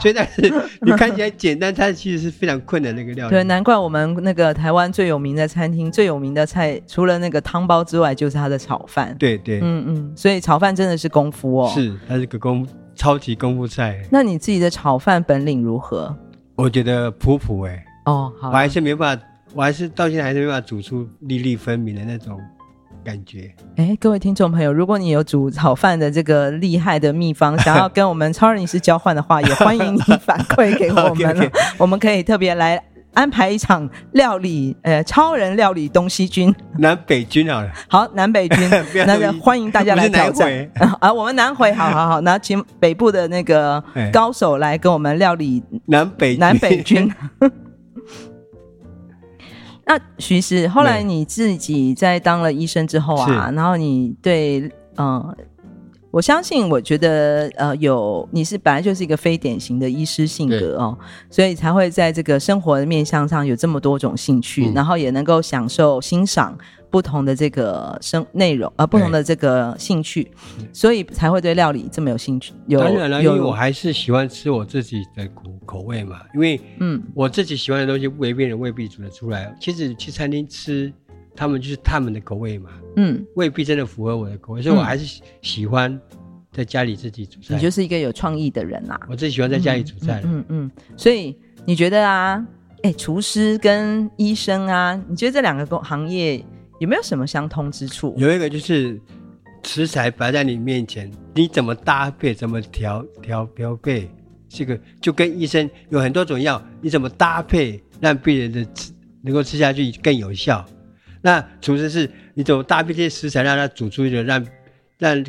Speaker 3: 所以但是你看起来简单，它其实是非常困难的一个料理。
Speaker 2: 对，难怪我们那个台湾最有名的餐厅、最有名的菜，除了那个汤包之外，就是它的炒饭。
Speaker 3: 对对，
Speaker 2: 嗯嗯，所以炒饭真的是功夫哦。。
Speaker 3: 是它是个功超级功夫菜，
Speaker 2: 那你自己的炒饭本领如何？
Speaker 3: 我觉得普普哎、
Speaker 2: 哦，好
Speaker 3: 我
Speaker 2: 啦，
Speaker 3: 还是没办法，我还是到现在还是没办法煮出粒粒分明的那种感觉。
Speaker 2: 哎，各位听众朋友，如果你有煮炒饭的这个厉害的秘方，想要跟我们超人饮食交换的话，也欢 迎你反馈给我们
Speaker 3: OK，OK
Speaker 2: 我们可以特别来安排一场料理，呃，超人料理东西军，
Speaker 3: 南北均好了，
Speaker 2: 好，南北军
Speaker 3: 不要，
Speaker 2: 那就
Speaker 3: 一
Speaker 2: 欢迎大家来挑
Speaker 3: 不是
Speaker 2: 战
Speaker 3: 南
Speaker 2: 啊！我们南回，好好好，那请北部的那个
Speaker 3: 哎
Speaker 2: 高手来跟我们料理
Speaker 3: 南北
Speaker 2: 南北
Speaker 3: 均
Speaker 2: 军。那徐师，后来你自己在当了医生之后啊，
Speaker 3: 是
Speaker 2: 然后你对，嗯、我相信，我觉得，呃，有你是本来就是一个非典型的医师性格哦，所以才会在这个生活的面向上有这么多种兴趣，
Speaker 3: 嗯
Speaker 2: 然后也能够享受欣赏不同的这个生内容，呃，不同的这个兴趣，所以才会对料理这么有兴趣。有
Speaker 3: 当然了，因为我
Speaker 2: 有，
Speaker 3: 还是喜欢吃我自己的口口味嘛，因为
Speaker 2: 嗯，
Speaker 3: 我自己喜欢的东西，别人未必煮得出来。其实去餐厅吃，他们就是他们的口味嘛，
Speaker 2: 嗯，
Speaker 3: 未必真的符合我的口味，所以我还是喜喜欢在家里自己煮菜
Speaker 2: 你。就是一个有创意的人啊啦、
Speaker 3: 我最喜欢在家里煮菜了。
Speaker 2: 嗯嗯嗯所以你觉得啊，哎，厨师跟医生啊，你觉得这两个工行业有没有什么相通之处？
Speaker 3: 有一个就是食材摆在你面前，你怎么搭配，怎么调调调配，这个就跟医生有很多种药，你怎么搭配让病人的吃能够吃下去更有效。那厨师是你怎么搭配这些食材，让它煮出一个让让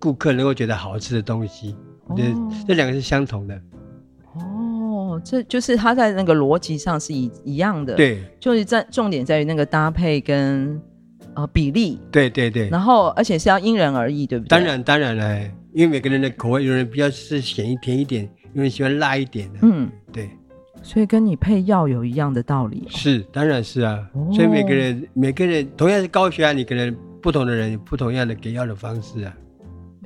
Speaker 3: 顾客能够觉得好吃的东西。我觉得
Speaker 2: 哦
Speaker 3: 这两个是相同的，
Speaker 2: 哦，这就是他在那个逻辑上是一一样的，，
Speaker 3: 对
Speaker 2: 就是在重点在于那个搭配跟呃比例，
Speaker 3: 对对对。
Speaker 2: 然后而且是要因人而异，对不对？
Speaker 3: 当，然当然了，因为每个人的口味，有人比较是咸一甜一点，有人喜欢辣一点的，
Speaker 2: 嗯，
Speaker 3: 对。
Speaker 2: 所以跟你配药有一样的道理。
Speaker 3: 是，当然是啊。
Speaker 2: 哦
Speaker 3: 所以每个人，每个人同样是高血压，你可能不同的人有不同样的给药的方式啊。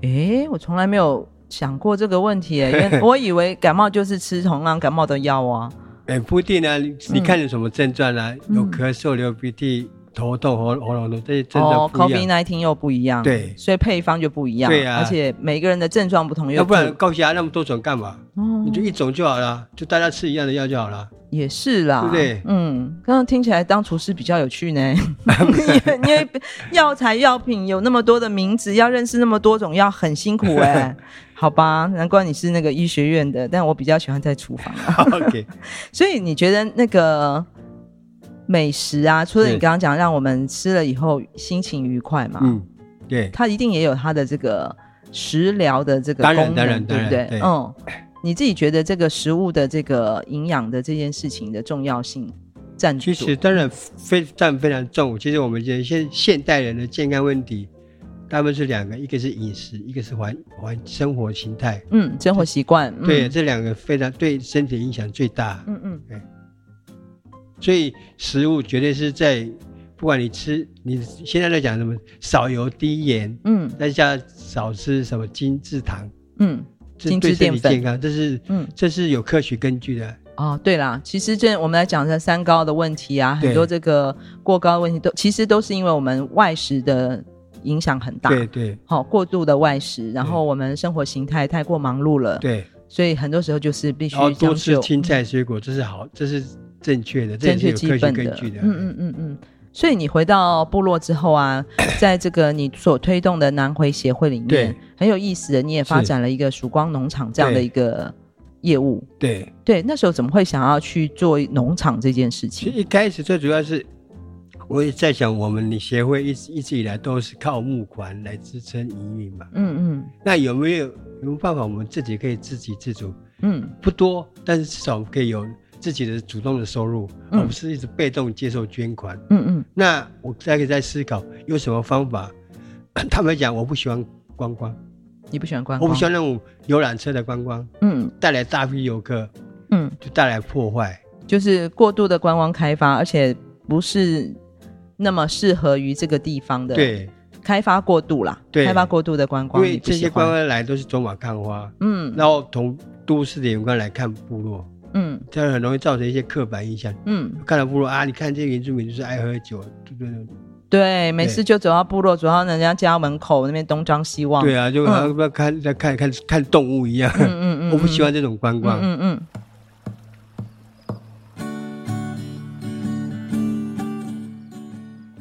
Speaker 2: 诶，我从来没有想过这个问题耶，因为 我以为感冒就是吃同样感冒的药啊。
Speaker 3: 哎，不一定啊。你你看有什么症状啊？
Speaker 2: 嗯
Speaker 3: 有咳嗽、流鼻涕、头痛、喉喉咙痛，这些症
Speaker 2: 哦
Speaker 3: 状不一
Speaker 2: ，COVID
Speaker 3: 样。
Speaker 2: nineteen 又不一样，
Speaker 3: 对
Speaker 2: 所以配方就不一样，
Speaker 3: 对啊
Speaker 2: 而且每个人的症状不同，又
Speaker 3: 要不然
Speaker 2: 不
Speaker 3: 高血压那么多种干嘛？
Speaker 2: 哦
Speaker 3: 你就一种就好了，就大家吃一样的药就好 了。
Speaker 2: 也是啦，
Speaker 3: 对不对
Speaker 2: 嗯，刚刚听起来当厨师比较有趣 呢，因为因为药材药品有那么多的名字，要认识那么多种药，很辛苦哎、 好吧，难怪你是那个医学院的，但我比较喜欢在厨房 啊。
Speaker 3: OK，
Speaker 2: 所以你觉得那个美食啊，除了你
Speaker 3: 是
Speaker 2: 刚刚讲让我们吃了以后心情愉快嘛，
Speaker 3: 嗯，对，
Speaker 2: 它一定也有它的这个食疗的这个
Speaker 3: 当然
Speaker 2: 功能
Speaker 3: 当然
Speaker 2: 对不
Speaker 3: 当然
Speaker 2: 对？
Speaker 3: 对
Speaker 2: 嗯，你自己觉得这个食物的这个营养的这件事情的重要性占据
Speaker 3: 其实当然非占非常重。其实我们这些现代人的健康问题，大部分是两个，一个是饮食，一个是环环生活形态。
Speaker 2: 嗯，生活习惯，嗯
Speaker 3: 对，，这两个非常对身体影响最大，
Speaker 2: 嗯嗯，
Speaker 3: 所以食物绝对是在不管你吃，你现在在讲什么少油低盐，
Speaker 2: 嗯
Speaker 3: 再加上少吃什么精制糖，
Speaker 2: 嗯
Speaker 3: 这
Speaker 2: 精
Speaker 3: 对
Speaker 2: 致
Speaker 3: 身
Speaker 2: 淀
Speaker 3: 体
Speaker 2: 粉
Speaker 3: 健康，这是
Speaker 2: 嗯，
Speaker 3: 这是有科学根据的。
Speaker 2: 哦，对啦，其实这我们来讲这三高的问题啊，
Speaker 3: 对
Speaker 2: 很多这个过高的问题都其实都是因为我们外食的影响很大，
Speaker 3: 对对
Speaker 2: 好、过度的外食，然
Speaker 3: 对
Speaker 2: 后我们生活形态太过忙碌了，
Speaker 3: 对，
Speaker 2: 所以很多时候就是必须
Speaker 3: 然后多
Speaker 2: 将
Speaker 3: 吃
Speaker 2: 就。嗯
Speaker 3: 青菜水果，这是好，这是正确的，这也
Speaker 2: 正
Speaker 3: 是
Speaker 2: 确
Speaker 3: 有
Speaker 2: 基
Speaker 3: 科学
Speaker 2: 本
Speaker 3: 根
Speaker 2: 的
Speaker 3: 据的。，
Speaker 2: 嗯嗯嗯嗯。所以你回到部落之后啊，在这个你所推动的南回协会里面
Speaker 3: 嗯对，
Speaker 2: 很有意思的，你也发
Speaker 3: 是
Speaker 2: 展了一个曙光农场这样的
Speaker 3: 对
Speaker 2: 一个业务。
Speaker 3: 对。
Speaker 2: 对，那时候怎么会想要去做农场这件事
Speaker 3: 其实
Speaker 2: 情？
Speaker 3: 一开始最主要是，我也在想，我们的协会一直一直以来都是靠募款来支撑营运嘛。
Speaker 2: 嗯嗯
Speaker 3: 那有没有有没有办法，我们自己可以自给自足？
Speaker 2: 嗯
Speaker 3: 不多，但是至少可以有自己的主动的收入，
Speaker 2: 嗯
Speaker 3: 而不是一直被动接受捐款。
Speaker 2: 嗯嗯
Speaker 3: 那我再可以再思考有什么方法。 他们讲我不喜欢观光，
Speaker 2: 你不喜欢观
Speaker 3: 我
Speaker 2: 光？
Speaker 3: 不喜欢那种游览车的观光，
Speaker 2: 嗯
Speaker 3: 带来大批游客
Speaker 2: 嗯，
Speaker 3: 就带来破坏。
Speaker 2: 就是过度的观光开发，而且不是那么适合于这个地方的。，
Speaker 3: 对，
Speaker 2: 开发过度啦，
Speaker 3: 对
Speaker 2: 开发过度的观
Speaker 3: 因
Speaker 2: 光，
Speaker 3: 为
Speaker 2: 你不
Speaker 3: 这
Speaker 2: 喜
Speaker 3: 些观
Speaker 2: 欢。
Speaker 3: 光来都是走马看花，
Speaker 2: 嗯
Speaker 3: 然后从都市的眼光来看部落，
Speaker 2: 嗯
Speaker 3: 这样很容易造成一些刻板印象。
Speaker 2: 嗯，
Speaker 3: 看了部落啊，你看这个原住民就是爱喝酒，对对对
Speaker 2: 对，每次就走到部落，走到人家家门口那边东张西望。
Speaker 3: 对啊，就
Speaker 2: 嗯
Speaker 3: 好像不要看在看看看动物一样。
Speaker 2: 嗯，嗯嗯嗯，
Speaker 3: 我不喜欢这种观光。
Speaker 2: 嗯嗯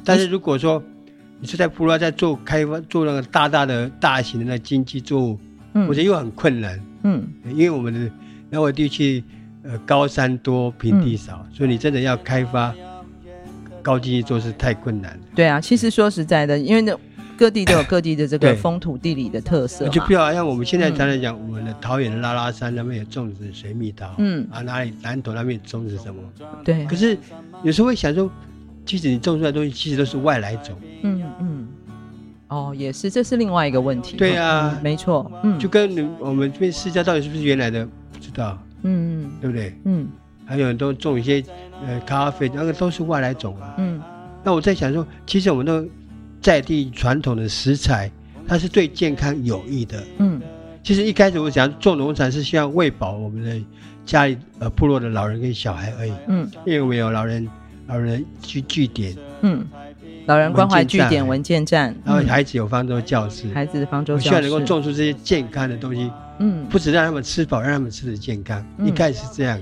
Speaker 3: 但是如果说你是在部落在做开发做那个大大的大型的那经济作物，
Speaker 2: 嗯，
Speaker 3: 我觉得又很困难，
Speaker 2: 嗯
Speaker 3: 因为我们的南纬地区呃高山多平
Speaker 2: 嗯
Speaker 3: 地少，所以你真的要开发高经济作物是太困难了。
Speaker 2: 对啊，其实说实在的，因为那各地都有各地的这个
Speaker 3: 对
Speaker 2: 风土地理的特色
Speaker 3: 那
Speaker 2: 嘛。
Speaker 3: 就不要像我们现在
Speaker 2: 嗯
Speaker 3: 常常讲，我们的桃园的拉拉山那边有种植水蜜桃，
Speaker 2: 嗯
Speaker 3: 啊哪里南投那边种植什么？
Speaker 2: 对
Speaker 3: 可，是有时候会想说，其实你种出来的东西其实都是外来种，
Speaker 2: 嗯嗯，哦，也是，这是另外一个问题。
Speaker 3: 对啊
Speaker 2: 嗯没错，嗯，
Speaker 3: 就跟你我们这边释迦到底是不是原来的不知道，
Speaker 2: 嗯
Speaker 3: 对不对？
Speaker 2: 嗯
Speaker 3: 还有很多种一些呃咖啡，那个都是外来种啊。
Speaker 2: 嗯
Speaker 3: 那我在想说，其实我们那个在地传统的食材，它是对健康有益的。
Speaker 2: 嗯
Speaker 3: 其实一开始我想做农场是希望喂饱我们的家里呃部落的老人跟小孩而已，
Speaker 2: 嗯
Speaker 3: 因为我们有老人老人据据点，
Speaker 2: 嗯，老人关怀据点文
Speaker 3: 文
Speaker 2: 件站，
Speaker 3: 然后
Speaker 2: 嗯
Speaker 3: 孩子有方舟教室，
Speaker 2: 孩子的方舟
Speaker 3: 我
Speaker 2: 教
Speaker 3: 希
Speaker 2: 室，
Speaker 3: 望能够种出这些健康的东西，
Speaker 2: 嗯
Speaker 3: 不止让他们吃饱，让他们吃的健康。
Speaker 2: 嗯
Speaker 3: 一开始是这样，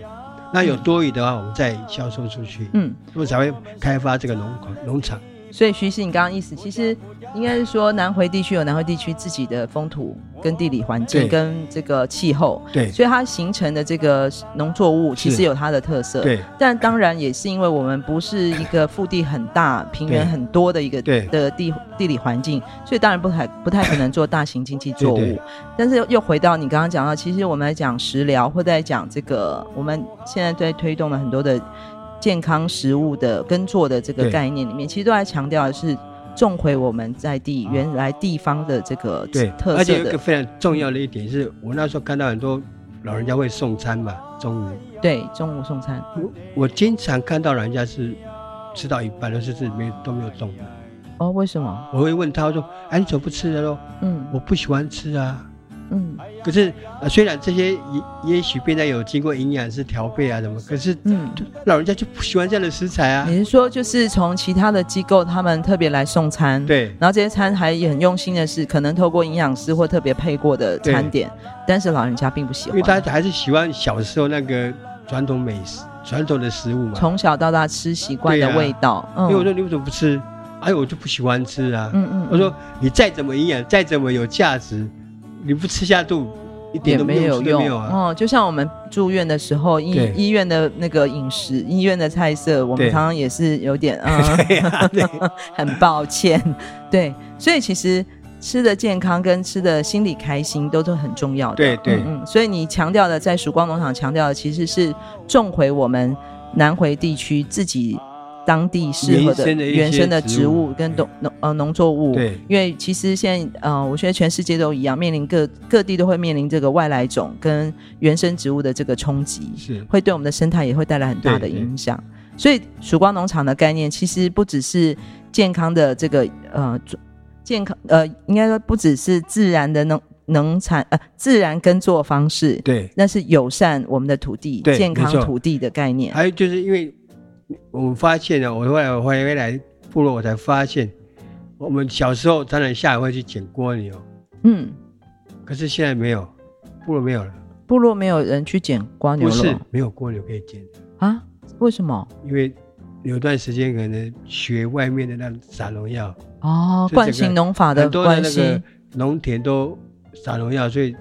Speaker 3: 那有多余的话，我们再销售出去。
Speaker 2: 嗯，
Speaker 3: 所以才会开发这个农场农场。
Speaker 2: 所以徐师，你刚刚意思其实应该是说，南回地区有南回地区自己的风土跟地理环境
Speaker 3: 对
Speaker 2: 跟这个气候，
Speaker 3: 对
Speaker 2: 所以它形成的这个农作物其实
Speaker 3: 是
Speaker 2: 有它的特色，。
Speaker 3: 对
Speaker 2: 但当然也是因为我们不是一个腹地很大、平原很多的一个
Speaker 3: 对
Speaker 2: 的地地理环境，所以当然不太不太可能做大型经济作物。
Speaker 3: 对对
Speaker 2: 但是又回到你刚刚讲到，其实我们来讲食疗，或在讲这个我们现在在推动了很多的健康食物的耕作的这个
Speaker 3: 对
Speaker 2: 概念里面，其实都在强调的是种回我们在地原来地方的这个
Speaker 3: 对，
Speaker 2: 特
Speaker 3: 而且
Speaker 2: 色
Speaker 3: 有一个
Speaker 2: 的，
Speaker 3: 非常重要的一点是，我那时候看到很多老人家会送餐嘛，中午
Speaker 2: 对中午送餐，
Speaker 3: 我我经常看到老人家是吃到一半，都是是没都没有动的。
Speaker 2: 哦，为什么？
Speaker 3: 我会问他说：“哎、你怎么不吃了咯？
Speaker 2: 嗯
Speaker 3: 我不喜欢吃啊。
Speaker 2: 嗯
Speaker 3: 可是、呃、虽然这些也也许现在有经过营养师调配啊什么，可是
Speaker 2: 嗯。
Speaker 3: 就老人家就不喜欢这样的食材啊。
Speaker 2: 你是说，就是从其他的机构他们特别来送餐，，
Speaker 3: 对
Speaker 2: 然后这些餐还也很用心的是，可能透过营养师或特别配过的餐点，但是老人家并不喜
Speaker 3: 因为他
Speaker 2: 欢，
Speaker 3: 还是喜欢小时候那个传统美食、传统的食物嘛。
Speaker 2: 从小到大吃习惯的
Speaker 3: 对啊
Speaker 2: 味道，嗯
Speaker 3: 因为我说你为什么不吃？哎，我就不喜欢吃啊。
Speaker 2: 嗯嗯，
Speaker 3: 我说你再怎么营养，再怎么有价值，你不吃下肚一
Speaker 2: 也
Speaker 3: 点都
Speaker 2: 没有
Speaker 3: 处都
Speaker 2: 用
Speaker 3: 没有啊。
Speaker 2: 哦，就像我们住院的时候，医
Speaker 3: 对
Speaker 2: 医院的那个饮食、医院的菜色，我们
Speaker 3: 对
Speaker 2: 常常也是有点嗯，
Speaker 3: 对啊，对
Speaker 2: 很抱歉，对，所以其实吃的健康跟吃的心里开心都是很重要的。
Speaker 3: 对对
Speaker 2: 嗯嗯，所以你强调的在曙光农场强调的其实是种回我们南回地区自己当地适合的
Speaker 3: 原生的一些
Speaker 2: 原生的植物
Speaker 3: 植物
Speaker 2: 跟农农呃农作物。
Speaker 3: 对
Speaker 2: 因为其实现在呃，我觉得全世界都一样，面临各各地都会面临这个外来种跟原生植物的这个冲击。
Speaker 3: 是
Speaker 2: 会对我们的生态也会带来很大的
Speaker 3: 对对
Speaker 2: 影响。所以，曙光农场的概念其实不只是健康的这个呃做健康呃，应该说不只是自然的农农产呃自然耕作方式，
Speaker 3: 对。
Speaker 2: 那是友善我们的土地、
Speaker 3: 对
Speaker 2: 健康
Speaker 3: 没错
Speaker 2: 土地的概念。
Speaker 3: 还有就是因为我发现了，我后来我回来部落，我才发现，我们小时候当然下午会去捡蜗牛，
Speaker 2: 嗯，
Speaker 3: 可是现在没有，部落没有了，
Speaker 2: 部落没有人去捡瓜牛
Speaker 3: 不是
Speaker 2: 肉
Speaker 3: 没有蜗牛可以捡，
Speaker 2: 啊？为什么？
Speaker 3: 因为有段时间可能学外面的那种撒农药，
Speaker 2: 哦
Speaker 3: 所以
Speaker 2: 惯
Speaker 3: 这，个
Speaker 2: 性农法的
Speaker 3: 很多的
Speaker 2: 关
Speaker 3: 那
Speaker 2: 系
Speaker 3: 个农田都撒农药，所以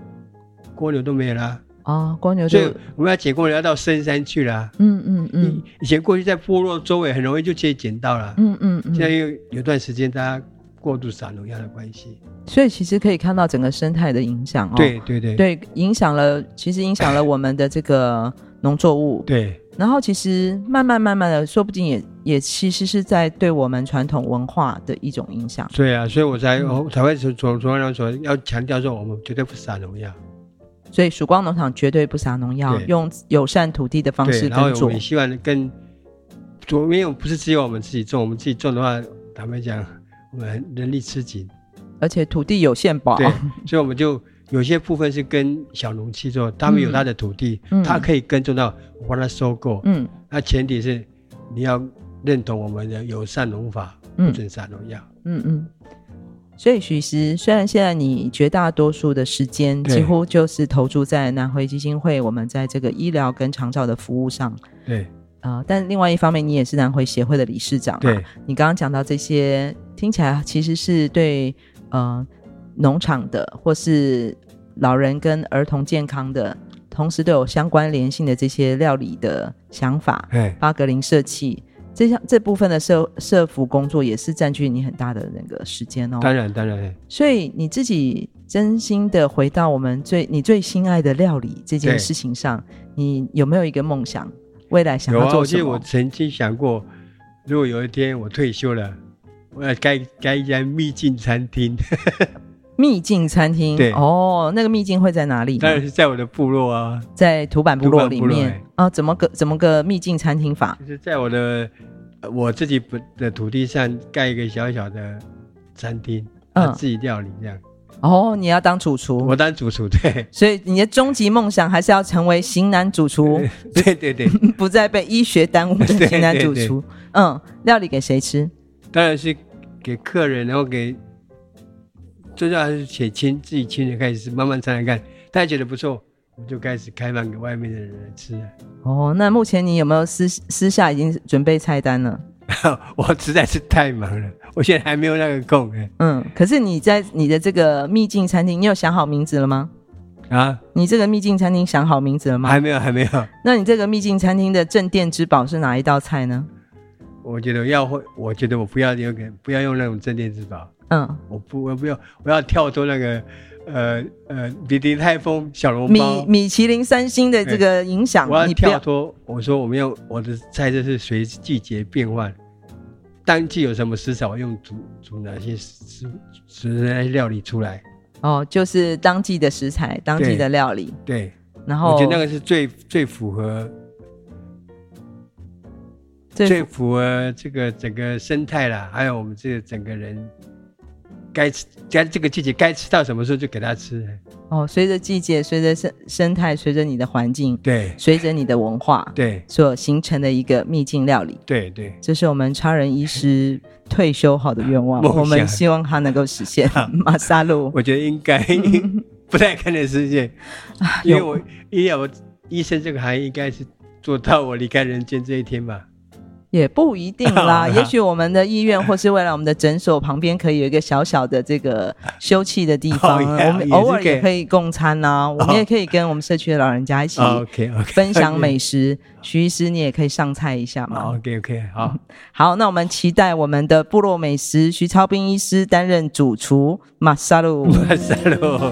Speaker 3: 蜗牛都没有啦。
Speaker 2: 啊，蜗牛就
Speaker 3: 所以我们要捡蜗牛要到深山去啦。
Speaker 2: 嗯嗯嗯
Speaker 3: 以以前过去在部落周围很容易就可以捡到了，
Speaker 2: 嗯嗯
Speaker 3: 现在
Speaker 2: 嗯，
Speaker 3: 又有段时间大家过度撒农药的关系，
Speaker 2: 所以其实可以看到整个生态的影响哦。
Speaker 3: 对对对
Speaker 2: 对，影响了，其实影响了我们的这个农作物。
Speaker 3: 对
Speaker 2: 然后其实慢慢慢慢的，说不定也也其实是在对我们传统文化的一种影响。
Speaker 3: 对啊！所以我才、
Speaker 2: 嗯
Speaker 3: 我才会从从从那说要强调说我们绝对不撒农药，
Speaker 2: 所以曙光农场绝对不撒农药，
Speaker 3: 对
Speaker 2: 用友善土地的方
Speaker 3: 对，
Speaker 2: 式
Speaker 3: 然后
Speaker 2: 耕
Speaker 3: 我
Speaker 2: 作
Speaker 3: 们也。希望跟做，因为不是只有我们自己种，我们自己种的话，坦白讲，我们人力吃紧，
Speaker 2: 而且土地有限保，
Speaker 3: 对，所以我们就有些部分是跟小农去做，他们有他的土地，
Speaker 2: 嗯
Speaker 3: 他可以耕种到，我帮他收购，
Speaker 2: 嗯
Speaker 3: 那前提是你要认同我们的友善农法，
Speaker 2: 嗯
Speaker 3: 不准撒农药。
Speaker 2: 嗯嗯。所以许石，虽然现在你绝大多数的时间
Speaker 3: 对
Speaker 2: 几乎就是投注在南回基金会，我们在这个医疗跟长照的服务上，
Speaker 3: 对
Speaker 2: 呃，但另外一方面，你也是南回协会的理事长、啊，
Speaker 3: 对，
Speaker 2: 你刚刚讲到这些，听起来其实是对呃农场的或是老人跟儿童健康的，同时都有相关联性的这些料理的想法。
Speaker 3: 哎，
Speaker 2: 巴格林社企这项这部分的社社服工作也是占据你很大的那个时间哦。
Speaker 3: 当然当然，
Speaker 2: 所以你自己真心的回到我们最你最心爱的料理这件
Speaker 3: 对
Speaker 2: 事情上，你有没有一个梦想？未来想
Speaker 3: 有
Speaker 2: 要
Speaker 3: 啊，
Speaker 2: 做
Speaker 3: 我记
Speaker 2: 什
Speaker 3: 得
Speaker 2: 么？
Speaker 3: 我曾经想过，如果有一天我退休了，我要开开一家秘境餐厅，
Speaker 2: 秘境餐厅
Speaker 3: 对
Speaker 2: 哦，那个秘境会在哪 里呢？
Speaker 3: 当然是在我的部落啊，
Speaker 2: 在土板部落里
Speaker 3: 土坂部落
Speaker 2: 面
Speaker 3: 哎
Speaker 2: 啊，怎么个怎么个秘境餐厅法？
Speaker 3: 就是在我的呃我自己本的土地上盖一个小小的餐厅，
Speaker 2: 嗯
Speaker 3: 啊，自己料理这样，
Speaker 2: 哦，你要当主厨
Speaker 3: 我，当主厨， 对
Speaker 2: 所以你的终极梦想还是要成为型男主 厨，
Speaker 3: 对对对，
Speaker 2: 不再被医学耽 误的
Speaker 3: 对
Speaker 2: 型男主
Speaker 3: 对
Speaker 2: 厨。嗯，料理给谁吃？
Speaker 3: 当然是给客人，然后给最重要还是写亲自己亲人开始慢慢尝尝看，大家觉得不错，我就开始开放给外面的人来吃 了。
Speaker 2: 哦，那目前你有没有私私下已经准备菜单了？
Speaker 3: 我实在是太忙了，我现在还没有那个空哎、
Speaker 2: 嗯，可是你在你的这个秘境餐厅，你有想好名字了吗？
Speaker 3: 啊，
Speaker 2: 你这个秘境餐厅想好名字了吗
Speaker 3: 还？没有还没有，
Speaker 2: 那你这个秘境餐厅的镇店之宝是哪一道菜呢？
Speaker 3: 我觉得要会，我觉得我不要有给不要用那种镇店之宝，
Speaker 2: 嗯，
Speaker 3: 我不我不要我要跳脱那个呃呃比迪泰丰小笼
Speaker 2: 米
Speaker 3: 包。
Speaker 2: 米其林三星的这个影响
Speaker 3: 我，要
Speaker 2: 你不
Speaker 3: 跳
Speaker 2: 要
Speaker 3: 脱，我说我们要我的菜色是随季节变换，当季有什么食材，我用煮煮哪些食食材料理出来。
Speaker 2: 哦，就是当季的食材、当季的料理，
Speaker 3: 对，
Speaker 2: 然
Speaker 3: 我
Speaker 2: 后
Speaker 3: 觉得那个是最最符合
Speaker 2: 最
Speaker 3: 最符合这个整个生态啦，还有我们这个整个人该吃该这个季节该吃到什么时候就给他吃。
Speaker 2: 哦，随着季节、随着生生态、随着你的环境、
Speaker 3: 对
Speaker 2: 随着你的文化
Speaker 3: 对
Speaker 2: 所形成的一个秘境料理，
Speaker 3: 对对，
Speaker 2: 这是我们超人医师退休后的愿望，
Speaker 3: 梦想
Speaker 2: 我们希望他能够实 现。马萨路，
Speaker 3: 我觉得应该不太可能实现，因为我医疗医生这个行业应该是做到我离开人间这一天吧。
Speaker 2: 也不一定 啦，也许我们的医院或是未来我们的诊所旁边可以有一个小小的这个休憩的地方，
Speaker 3: 哦也
Speaker 2: 我们
Speaker 3: 也是
Speaker 2: 偶尔
Speaker 3: 可以哦
Speaker 2: 也可以共餐呐、 我们也可以跟我们社区的老人家一起
Speaker 3: OK OK，
Speaker 2: 分享美食。徐医师，你也可以上菜一下嘛。
Speaker 3: OK OK，好，
Speaker 2: 好，那我们期待我们的部落美食徐超斌医师担任主厨马萨 路。
Speaker 3: 拜拜喽。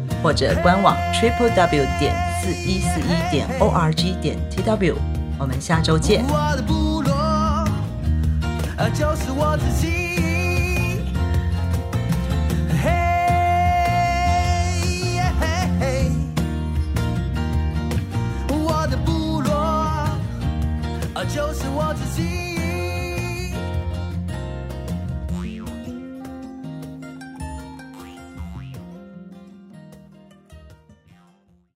Speaker 2: 或者官网 triple w 点四一四一点 o r g 点 t w，我们下周见。
Speaker 5: 啊我的部落，呃，就是我自己。